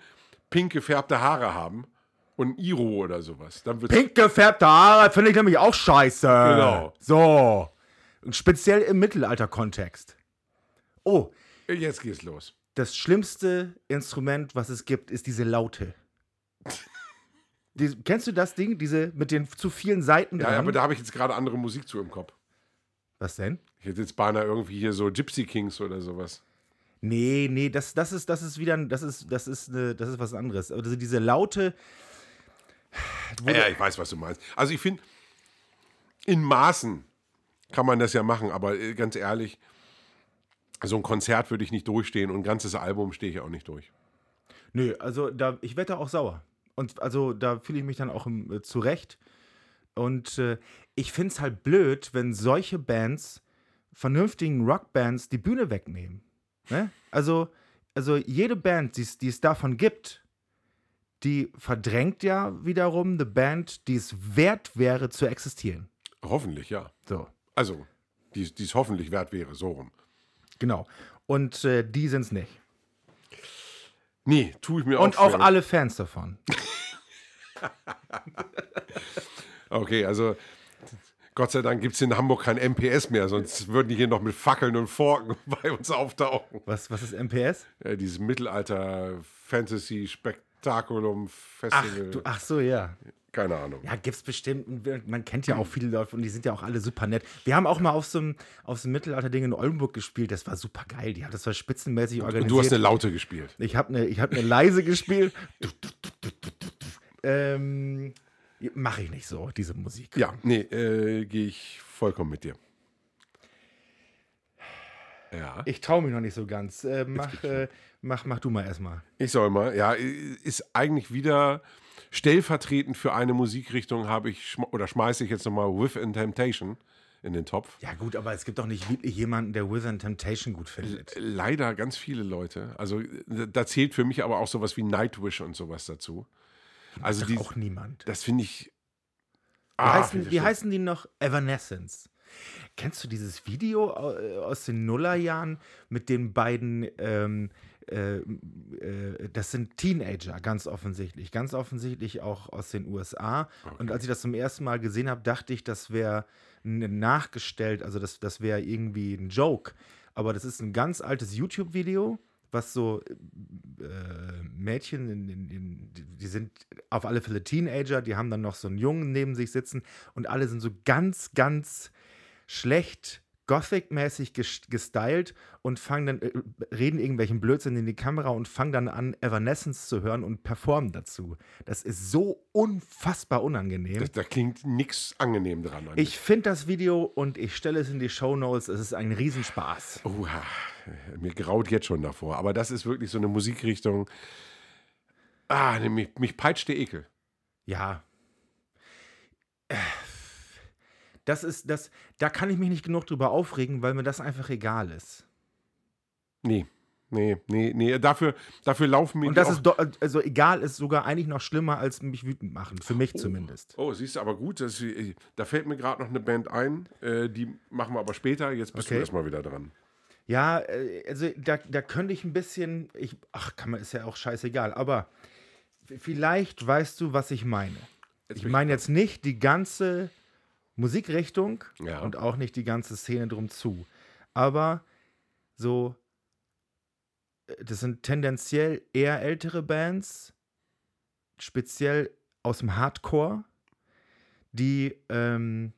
[SPEAKER 2] pink gefärbte Haare haben und Iro oder sowas. Dann wird's,
[SPEAKER 1] Pink gefärbte Haare finde ich nämlich auch scheiße.
[SPEAKER 2] Genau.
[SPEAKER 1] So. Und Speziell im Mittelalter-Kontext. Oh,
[SPEAKER 2] äh, jetzt geht's los.
[SPEAKER 1] das schlimmste Instrument, was es gibt, ist diese Laute. Die, kennst du das Ding, diese mit den zu vielen Seiten
[SPEAKER 2] Ja,
[SPEAKER 1] dran?
[SPEAKER 2] aber da habe ich jetzt gerade andere Musik zu im Kopf.
[SPEAKER 1] was denn?
[SPEAKER 2] Ich hätte jetzt beinahe irgendwie hier so Gypsy Kings oder sowas.
[SPEAKER 1] Nee, nee, das, das ist, das ist wieder, ein- das ist, das ist, eine, das ist was anderes. Also diese Laute,
[SPEAKER 2] Ja, ja, ich weiß, was du meinst. Also ich finde, in Maßen kann man das ja machen, aber äh, ganz ehrlich, so ein Konzert würde ich nicht durchstehen und ein ganzes Album stehe ich auch nicht durch.
[SPEAKER 1] Nö, also da, ich werde da auch sauer. Und also da fühle ich mich dann auch im, äh, zurecht. Und äh, ich finde es halt blöd, wenn solche Bands, vernünftigen Rockbands, die Bühne wegnehmen. Ne? Also, also jede Band, die es- die es davon gibt, die verdrängt ja wiederum eine Band, die es wert wäre zu existieren.
[SPEAKER 2] Hoffentlich, ja.
[SPEAKER 1] So.
[SPEAKER 2] Also, die es hoffentlich wert wäre, so rum.
[SPEAKER 1] Genau. Und äh, die sind es nicht.
[SPEAKER 2] Nee, tue ich mir
[SPEAKER 1] Und
[SPEAKER 2] auch
[SPEAKER 1] auch
[SPEAKER 2] schwer.
[SPEAKER 1] alle Fans davon.
[SPEAKER 2] Okay, also Gott sei Dank gibt es in Hamburg kein MPS mehr, sonst würden die hier noch mit Fackeln und Forken bei uns auftauchen.
[SPEAKER 1] Was, was ist MPS?
[SPEAKER 2] Ja, dieses
[SPEAKER 1] Ach,
[SPEAKER 2] Mittelalter-Fantasy-Spektakulum-Festival.
[SPEAKER 1] du, ach so, ja.
[SPEAKER 2] Keine Ahnung.
[SPEAKER 1] Ja, gibt's bestimmt. Und wir- Man kennt ja auch viele Leute und die sind ja auch alle super nett. Wir haben auch mal auf so einem, auf so einem Mittelalter-Ding in Oldenburg gespielt. Das war super geil. Die hat das war spitzenmäßig
[SPEAKER 2] Und
[SPEAKER 1] organisiert.
[SPEAKER 2] du hast eine Laute gespielt.
[SPEAKER 1] ich habe eine, ich hab eine leise gespielt. Du, du, du, du, du, du, du. ähm, Mache ich nicht so, diese Musik.
[SPEAKER 2] Ja, nee, äh, gehe ich vollkommen mit dir. Ja.
[SPEAKER 1] Ich traue mich noch nicht so ganz. Äh, mach, äh, mach, mach du mal erstmal.
[SPEAKER 2] Ich soll mal, ja, ist eigentlich wieder stellvertretend für eine Musikrichtung habe ich schm- oder schmeiße ich jetzt nochmal With and Temptation in den Topf.
[SPEAKER 1] Ja, gut, aber es gibt doch nicht wirklich jemanden, der With and Temptation gut findet.
[SPEAKER 2] Leider ganz viele Leute. Also da zählt für mich aber auch sowas wie Nightwish und sowas dazu. Also die,
[SPEAKER 1] Auch niemand.
[SPEAKER 2] das finde ich.
[SPEAKER 1] Wie,
[SPEAKER 2] ah, find
[SPEAKER 1] heißen,
[SPEAKER 2] ich
[SPEAKER 1] wie
[SPEAKER 2] schlimm.
[SPEAKER 1] heißen die noch? Evanescence. Kennst du dieses Video au- äh, aus den Nullerjahren mit den beiden? Ähm, äh, äh, das sind Teenager, ganz offensichtlich. Ganz offensichtlich auch aus den USA. Und als ich das zum ersten Mal gesehen habe, dachte ich, das wäre n- nachgestellt, also das, das wäre irgendwie ein Joke. Aber das ist ein ganz altes YouTube-Video was so äh, Mädchen, in, in, in, die sind auf alle Fälle Teenager, die haben dann noch so einen Jungen neben sich sitzen und alle sind so ganz, ganz schlecht Gothic-mäßig ges- gestylt und fangen dann, äh, reden irgendwelchen Blödsinn in die Kamera und fangen dann an, Evanescence zu hören und performen dazu. Das ist so unfassbar unangenehm.
[SPEAKER 2] Da, da klingt nichts angenehm dran. an
[SPEAKER 1] Ich finde das Video und ich stelle es in die Show Notes. Es ist ein Riesenspaß.
[SPEAKER 2] Oha, mir graut jetzt schon davor. Aber das ist wirklich so eine Musikrichtung. Ah, nee, mich, mich peitscht der Ekel.
[SPEAKER 1] Ja. Das ist das, da kann ich mich nicht genug drüber aufregen, weil mir das einfach egal ist.
[SPEAKER 2] Nee, nee, nee, nee. Dafür, dafür laufen mir
[SPEAKER 1] Und
[SPEAKER 2] die
[SPEAKER 1] das
[SPEAKER 2] auch-
[SPEAKER 1] ist do, also egal ist sogar eigentlich noch schlimmer als mich wütend machen, für mich zumindest.
[SPEAKER 2] Oh, siehst du, aber gut, das, äh, da fällt mir gerade noch eine Band ein. Äh, die machen wir aber später. Jetzt bist
[SPEAKER 1] Okay.
[SPEAKER 2] du erstmal wieder dran.
[SPEAKER 1] Ja, äh, also da, da könnte ich ein bisschen, ich, ach, kann man ist ja auch scheißegal, aber v- vielleicht weißt du, was ich meine.
[SPEAKER 2] Jetzt
[SPEAKER 1] Ich
[SPEAKER 2] bin
[SPEAKER 1] meine jetzt nicht die ganze Musikrichtung
[SPEAKER 2] Ja.
[SPEAKER 1] und auch nicht die ganze Szene drum zu. Aber so, äh, das sind tendenziell eher ältere Bands, speziell aus dem Hardcore, die, ähm,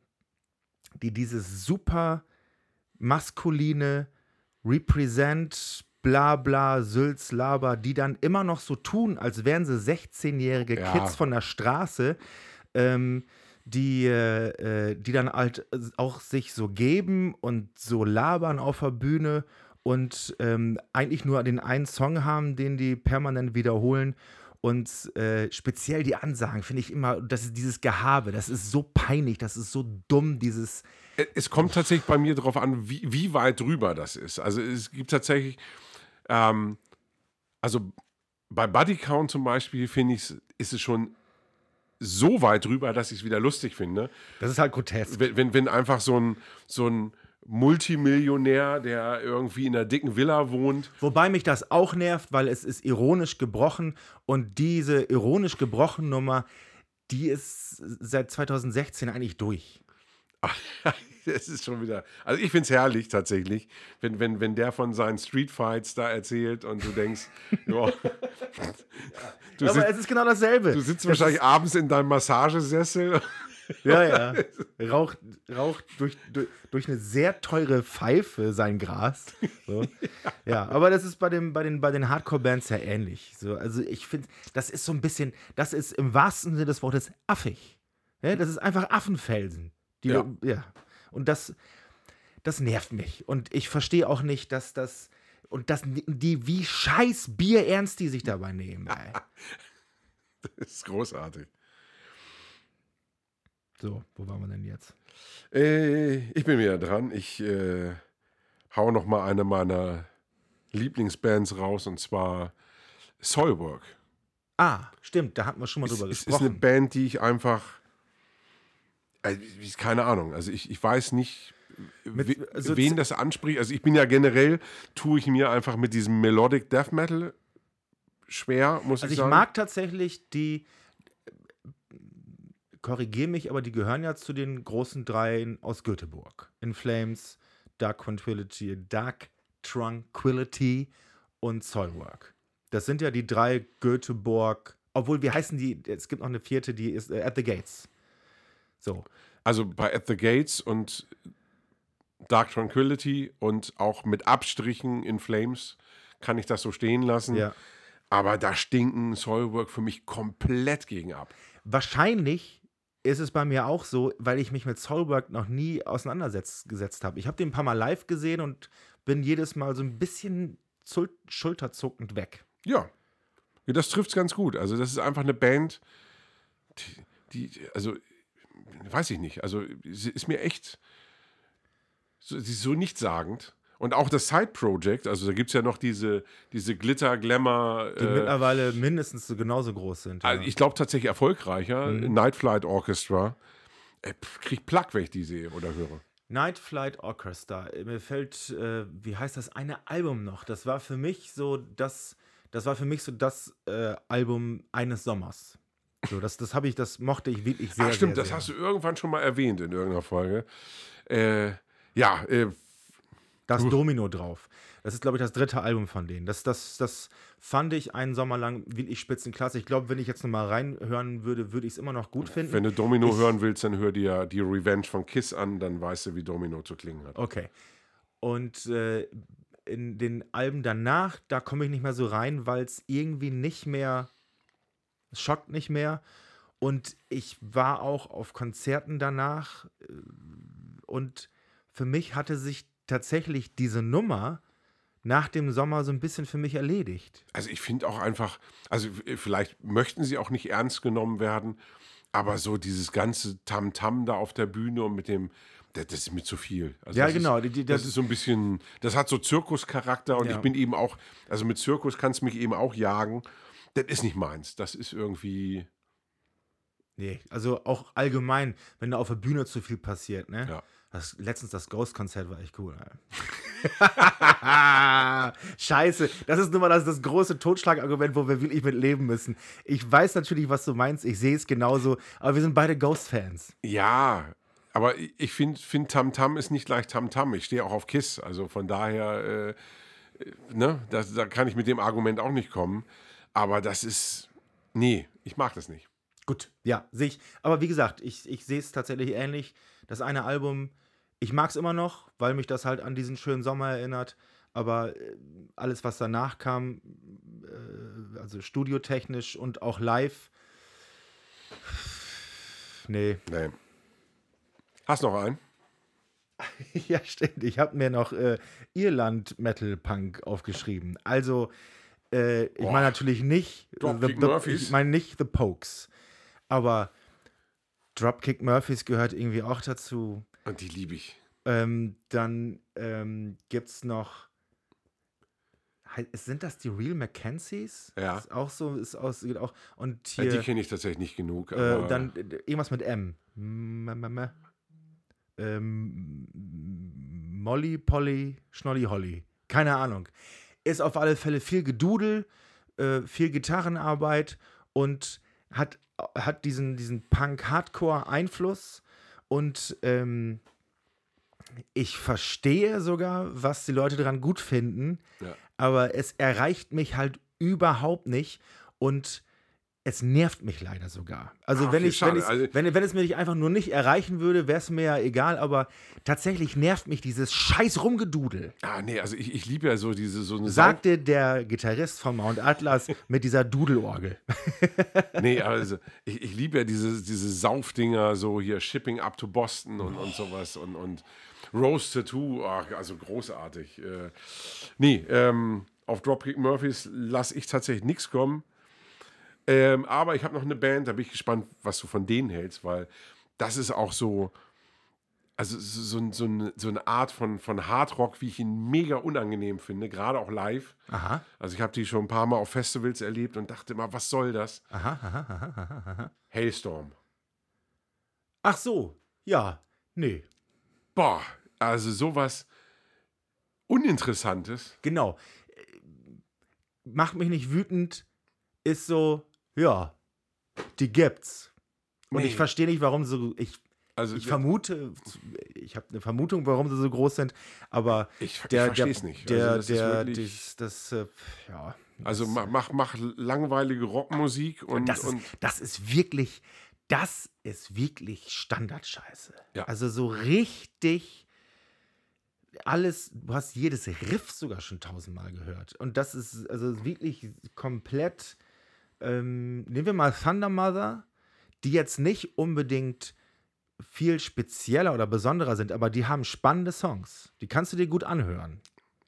[SPEAKER 1] die dieses super maskuline Represent, bla bla, Sülz, Laber, die dann immer noch so tun, als wären sie 16-jährige
[SPEAKER 2] Ja.
[SPEAKER 1] Kids von der Straße, ähm, die, äh, äh, die dann halt äh, auch sich so geben und so labern auf der Bühne und ähm, eigentlich nur den einen Song haben, den die permanent wiederholen. Und äh, speziell die Ansagen finde ich immer, das ist dieses Gehabe, das ist so peinlich, das ist so dumm, dieses,
[SPEAKER 2] Äh, Es kommt tatsächlich bei mir darauf an, wie, wie weit drüber das ist. Also es gibt tatsächlich, ähm, also bei Bodycount zum Beispiel finde ich, ist es schon so weit drüber, dass ich es wieder lustig finde.
[SPEAKER 1] das ist halt grotesk.
[SPEAKER 2] Wenn, wenn, wenn einfach so ein, so ein Multimillionär, der irgendwie in einer dicken Villa wohnt,
[SPEAKER 1] Wobei mich das auch nervt, weil es ist ironisch gebrochen und diese ironisch gebrochen Nummer, die ist seit 2016 eigentlich durch.
[SPEAKER 2] das ist schon wieder. Also ich finde es herrlich tatsächlich, wenn, wenn, wenn der von seinen Streetfights da erzählt und du denkst, ja, du,
[SPEAKER 1] Aber
[SPEAKER 2] sitzt,
[SPEAKER 1] es ist genau dasselbe.
[SPEAKER 2] du sitzt wahrscheinlich abends in deinem Massagesessel.
[SPEAKER 1] Ja, ja. Raucht, raucht durch, durch, durch eine sehr teure Pfeife sein Gras. So. ja, aber das ist bei, dem, bei den, bei den Hardcore-Bands ja ähnlich. So, also ich finde, das ist so ein bisschen, das ist im wahrsten Sinne des Wortes affig. Ja, das ist einfach Affenfelsen. Die,
[SPEAKER 2] Ja.
[SPEAKER 1] ja. Und das, das nervt mich. Und ich verstehe auch nicht, dass das. Und das, die, wie scheiß Bier ernst die sich dabei nehmen, ey.
[SPEAKER 2] Das ist großartig.
[SPEAKER 1] So, wo waren wir denn jetzt?
[SPEAKER 2] Äh, ich bin wieder dran. Ich äh, hau noch mal eine meiner Lieblingsbands raus und zwar Soilwork.
[SPEAKER 1] Ah, stimmt, da hatten wir schon mal drüber
[SPEAKER 2] Es ist
[SPEAKER 1] gesprochen.
[SPEAKER 2] eine Band, die ich einfach. Also, ich- keine Ahnung. Also ich, ich weiß nicht, we,
[SPEAKER 1] also
[SPEAKER 2] wen
[SPEAKER 1] z-
[SPEAKER 2] das anspricht. Also ich bin ja generell, tue ich mir einfach mit diesem Melodic Death Metal schwer, muss
[SPEAKER 1] Also
[SPEAKER 2] ich
[SPEAKER 1] ich
[SPEAKER 2] sagen.
[SPEAKER 1] mag tatsächlich die, korrigiere mich, aber die gehören ja zu den großen dreien aus Göteborg. In Flames, Dark Tranquility, Dark Tranquility und Soilwork. Das sind ja die drei Göteborg, obwohl, wie heißen die? Es gibt noch eine vierte, die ist äh, At the Gates. So.
[SPEAKER 2] also bei At the Gates und Dark Tranquility und auch mit Abstrichen in Flames kann ich das so stehen lassen.
[SPEAKER 1] Ja.
[SPEAKER 2] Aber da stinken Soilwork für mich komplett gegen ab.
[SPEAKER 1] Wahrscheinlich ist es bei mir auch so, weil ich mich mit Soulwork noch nie auseinandergesetzt habe. Ich habe den ein paar Mal live gesehen und bin jedes Mal so ein bisschen zul- schulterzuckend weg.
[SPEAKER 2] Ja. ja das trifft es ganz gut. Also, das ist einfach eine Band, die, die, also, weiß ich nicht. Also, sie ist mir echt so, sie ist so nichtssagend. Und auch das Side-Project, also da gibt es ja noch diese, diese Glitter-Glamour.
[SPEAKER 1] Die mittlerweile mindestens so genauso groß sind.
[SPEAKER 2] Äh, Also
[SPEAKER 1] ja.
[SPEAKER 2] ich glaube tatsächlich erfolgreicher.
[SPEAKER 1] Mhm.
[SPEAKER 2] Night Flight Orchestra. Äh, pf, Krieg Plack, wenn ich die sehe oder höre.
[SPEAKER 1] Night Flight Orchestra. Äh, Mir fällt, äh, wie heißt das eine Album noch? Das war für mich so das, das war für mich so das äh, Album eines Sommers. So, das, das habe ich, das mochte ich wirklich sehr.
[SPEAKER 2] Ach stimmt,
[SPEAKER 1] sehr,
[SPEAKER 2] das
[SPEAKER 1] sehr.
[SPEAKER 2] hast du irgendwann schon mal erwähnt in irgendeiner Folge. Äh, ja, äh,
[SPEAKER 1] Da ist Domino drauf. Das ist, glaube ich, das dritte Album von denen. Das, das, das fand ich einen Sommer lang wirklich spitzenklasse. Ich glaube, wenn ich jetzt nochmal reinhören würde, würde ich es immer noch gut finden.
[SPEAKER 2] Wenn du Domino hören willst, dann hör dir die Revenge von Kiss an, dann weißt du, wie Domino zu klingen hat.
[SPEAKER 1] Okay. Und äh, in den Alben danach, da komme ich nicht mehr so rein, weil es irgendwie nicht mehr, es schockt nicht mehr. Und ich war auch auf Konzerten danach äh, und für mich hatte sich tatsächlich diese Nummer nach dem Sommer so ein bisschen für mich erledigt.
[SPEAKER 2] Also ich finde auch einfach, also vielleicht möchten sie auch nicht ernst genommen werden, aber so dieses ganze Tamtam da auf der Bühne und mit dem, das, das ist mir zu viel. Also
[SPEAKER 1] Ja,
[SPEAKER 2] das
[SPEAKER 1] genau, die-
[SPEAKER 2] Ist,
[SPEAKER 1] die-
[SPEAKER 2] das,
[SPEAKER 1] das-
[SPEAKER 2] ist so ein bisschen, das hat so Zirkuscharakter und
[SPEAKER 1] Ja.
[SPEAKER 2] ich bin eben auch, also mit Zirkus kannst du mich eben auch jagen. Das ist nicht meins. Das ist irgendwie,
[SPEAKER 1] Nee, also auch allgemein, wenn da auf der Bühne zu viel passiert, ne?
[SPEAKER 2] Ja.
[SPEAKER 1] Das, letztens das Ghost-Konzert war echt cool. Alter. Scheiße, das ist nun mal das, das große Totschlagargument, wo wir wirklich mit leben müssen. Ich weiß natürlich, was du meinst, ich sehe es genauso, aber wir sind beide Ghost-Fans.
[SPEAKER 2] ja, aber ich- ich finde, find, Tamtam ist nicht gleich Tamtam. Ich stehe auch auf Kiss. Also von daher, äh, ne, das, da kann ich mit dem Argument auch nicht kommen. Aber das ist, nee, ich mag das nicht.
[SPEAKER 1] Gut, ja, sehe ich. Aber wie gesagt, ich, ich sehe es tatsächlich ähnlich. Das eine Album, ich mag es immer noch, weil mich das halt an diesen schönen Sommer erinnert. Aber äh, alles, was danach kam, äh, also studiotechnisch und auch live, nee.
[SPEAKER 2] Nee. Hast noch einen?
[SPEAKER 1] Ja, stimmt. Ich habe mir noch äh, Irland-Metal-Punk aufgeschrieben. Also, äh, ich
[SPEAKER 2] Boah.
[SPEAKER 1] meine natürlich nicht äh,
[SPEAKER 2] Dropkick
[SPEAKER 1] the,
[SPEAKER 2] Murphys.
[SPEAKER 1] Ich meine nicht The Pokes. Aber Dropkick Murphys gehört irgendwie auch dazu.
[SPEAKER 2] Und die liebe ich.
[SPEAKER 1] Ähm, dann ähm, gibt es noch. Hei- Sind das die Real Mackenzies?
[SPEAKER 2] Ja.
[SPEAKER 1] Ist auch so, ist aus, geht auch. Und
[SPEAKER 2] Ja, Äh, die
[SPEAKER 1] hier.
[SPEAKER 2] kenne ich tatsächlich nicht genug.
[SPEAKER 1] Äh,
[SPEAKER 2] Aber
[SPEAKER 1] dann äh, irgendwas mit M. M -m -m -m. Ähm, Molly, Polly, Schnolly, Holly. Keine Ahnung. Ist auf alle Fälle viel Gedudel, äh, viel Gitarrenarbeit und hat, hat diesen, diesen Punk-Hardcore-Einfluss. Und ähm, ich verstehe sogar, was die Leute daran gut finden,
[SPEAKER 2] Ja.
[SPEAKER 1] aber es erreicht mich halt überhaupt nicht. Und es nervt mich leider sogar. Also
[SPEAKER 2] Ach,
[SPEAKER 1] wenn
[SPEAKER 2] wie
[SPEAKER 1] ich, wenn,
[SPEAKER 2] schade.
[SPEAKER 1] ich's-
[SPEAKER 2] Also-
[SPEAKER 1] wenn, wenn es mir nicht einfach nur nicht erreichen würde, wäre es mir ja egal, aber tatsächlich nervt mich dieses scheiß Rumgedudel.
[SPEAKER 2] Ah, nee, also ich, ich liebe ja so diese so eine Sau-
[SPEAKER 1] Sagte der Gitarrist von Mount Atlas mit dieser Dudelorgel.
[SPEAKER 2] Nee, also ich, ich liebe ja diese, diese Saufdinger, so hier Shipping up to Boston und, und sowas und, und Rose Tattoo, ach, also großartig. Äh, nee, ähm, auf Dropkick Murphys lasse ich tatsächlich nichts kommen. Ähm, aber ich habe noch eine Band, da bin ich gespannt, was du von denen hältst, weil das ist auch so, also so, so, ein- so, eine, so eine Art von, von Hardrock, wie ich ihn mega unangenehm finde, gerade auch live.
[SPEAKER 1] Aha,
[SPEAKER 2] Also ich habe die schon ein paar Mal auf Festivals erlebt und dachte immer, was soll das?
[SPEAKER 1] aha, aha, aha, aha, aha.
[SPEAKER 2] Hailstorm.
[SPEAKER 1] Ach so, ja, nee,
[SPEAKER 2] Boah, also sowas Uninteressantes.
[SPEAKER 1] genau. Äh, Macht mich nicht wütend, ist so, ja, die gibt's. Und
[SPEAKER 2] Nee.
[SPEAKER 1] ich verstehe nicht, warum so, ich,
[SPEAKER 2] Also
[SPEAKER 1] ich vermute, ich habe eine Vermutung, warum sie so groß sind, aber
[SPEAKER 2] ich, ich
[SPEAKER 1] der,
[SPEAKER 2] verstehe es
[SPEAKER 1] der,
[SPEAKER 2] nicht.
[SPEAKER 1] Der,
[SPEAKER 2] also das ist
[SPEAKER 1] der,
[SPEAKER 2] wirklich,
[SPEAKER 1] dies- das, äh, pf, ja.
[SPEAKER 2] also mach, mach, mach langweilige Rockmusik und,
[SPEAKER 1] das, ist,
[SPEAKER 2] und
[SPEAKER 1] das ist wirklich, das ist wirklich Standardscheiße.
[SPEAKER 2] Ja.
[SPEAKER 1] Also so richtig alles, du hast jedes Riff sogar schon tausendmal gehört. Und das ist also wirklich komplett, ähm, nehmen wir mal Thunder Mother, die jetzt nicht unbedingt viel spezieller oder besonderer sind, aber die haben spannende Songs. Die kannst du dir gut anhören.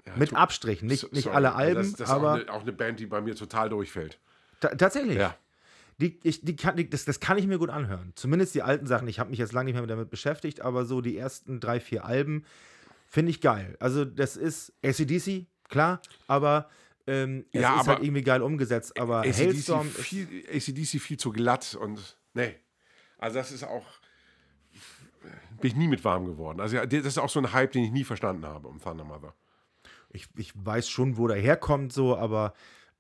[SPEAKER 2] Ja,
[SPEAKER 1] Mit
[SPEAKER 2] tu-
[SPEAKER 1] Abstrichen, nicht,
[SPEAKER 2] so-
[SPEAKER 1] nicht
[SPEAKER 2] sorry, also
[SPEAKER 1] alle Alben,
[SPEAKER 2] Das, das ist
[SPEAKER 1] aber
[SPEAKER 2] auch eine, auch eine Band, die bei mir total durchfällt.
[SPEAKER 1] ta tatsächlich.
[SPEAKER 2] Ja.
[SPEAKER 1] Die, ich, die kann, die, das, das kann ich mir gut anhören. Zumindest die alten Sachen. Ich habe mich jetzt lange nicht mehr damit beschäftigt, aber so die ersten drei, vier Alben finde ich geil. Also, das ist ACDC, klar, aber ähm, es
[SPEAKER 2] Ja,
[SPEAKER 1] ist
[SPEAKER 2] aber
[SPEAKER 1] halt irgendwie geil umgesetzt. Aber
[SPEAKER 2] ACDC
[SPEAKER 1] Hailstorm ist,
[SPEAKER 2] viel, AC/DC viel zu glatt und nee. Also das ist auch bin ich nie mit warm geworden. Also ja, das ist auch so ein Hype, den ich nie verstanden habe um Thunder Mother.
[SPEAKER 1] ich, ich weiß schon, wo der herkommt, so, aber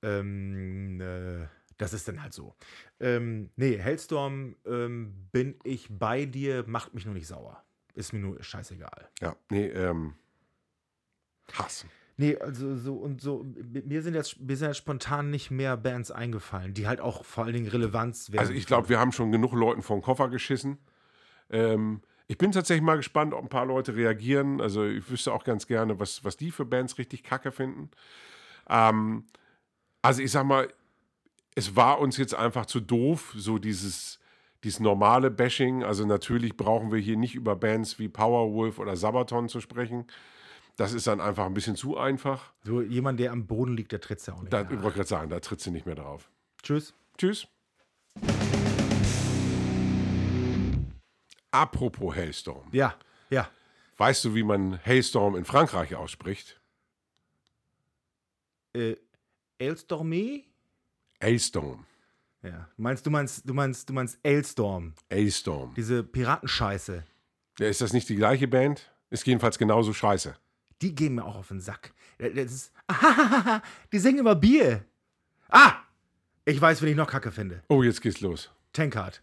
[SPEAKER 1] ähm, äh, das ist dann halt so. Ähm, nee, Hailstorm ähm, bin ich bei dir, macht mich nur nicht sauer. Ist mir nur scheißegal.
[SPEAKER 2] Ja, nee, ähm, Hass.
[SPEAKER 1] Nee, also so und so, mir sind jetzt, mir sind jetzt spontan nicht mehr Bands eingefallen, die halt auch vor allen Dingen Relevanz wären.
[SPEAKER 2] Also ich glaube, wir haben schon genug Leuten vor den Koffer geschissen. Ähm, ich bin tatsächlich mal gespannt, ob ein paar Leute reagieren. Also ich wüsste auch ganz gerne, was, was die für Bands richtig kacke finden. Ähm, also ich sag mal, es war uns jetzt einfach zu doof, so dieses, dieses normale Bashing. Also natürlich brauchen wir hier nicht über Bands wie Powerwolf oder Sabaton zu sprechen. Das ist dann einfach ein bisschen zu einfach.
[SPEAKER 1] so jemand, der am Boden liegt, der tritt's ja auch nicht.
[SPEAKER 2] Da,
[SPEAKER 1] mehr
[SPEAKER 2] Ich
[SPEAKER 1] an.
[SPEAKER 2] wollte gerade sagen, da tritt sie nicht mehr drauf.
[SPEAKER 1] Tschüss.
[SPEAKER 2] Tschüss. Apropos Hailstorm.
[SPEAKER 1] Ja, ja.
[SPEAKER 2] Weißt du, wie man Hailstorm in Frankreich ausspricht?
[SPEAKER 1] Äh, Elstormé?
[SPEAKER 2] Hailstorm.
[SPEAKER 1] Ja. Meinst du meinst, du meinst, du meinst Elstorm,
[SPEAKER 2] Hailstorm.
[SPEAKER 1] diese Piratenscheiße.
[SPEAKER 2] Ja, ist das nicht die gleiche Band? Ist jedenfalls genauso scheiße.
[SPEAKER 1] Die gehen mir auch auf den Sack. Äh, Das ist, ahahaha, die singen immer Bier. Ah! Ich weiß, wen ich noch Kacke finde.
[SPEAKER 2] Oh, jetzt geht's los.
[SPEAKER 1] Tankard.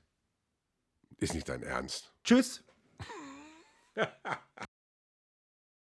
[SPEAKER 2] Ist nicht dein Ernst.
[SPEAKER 1] Tschüss.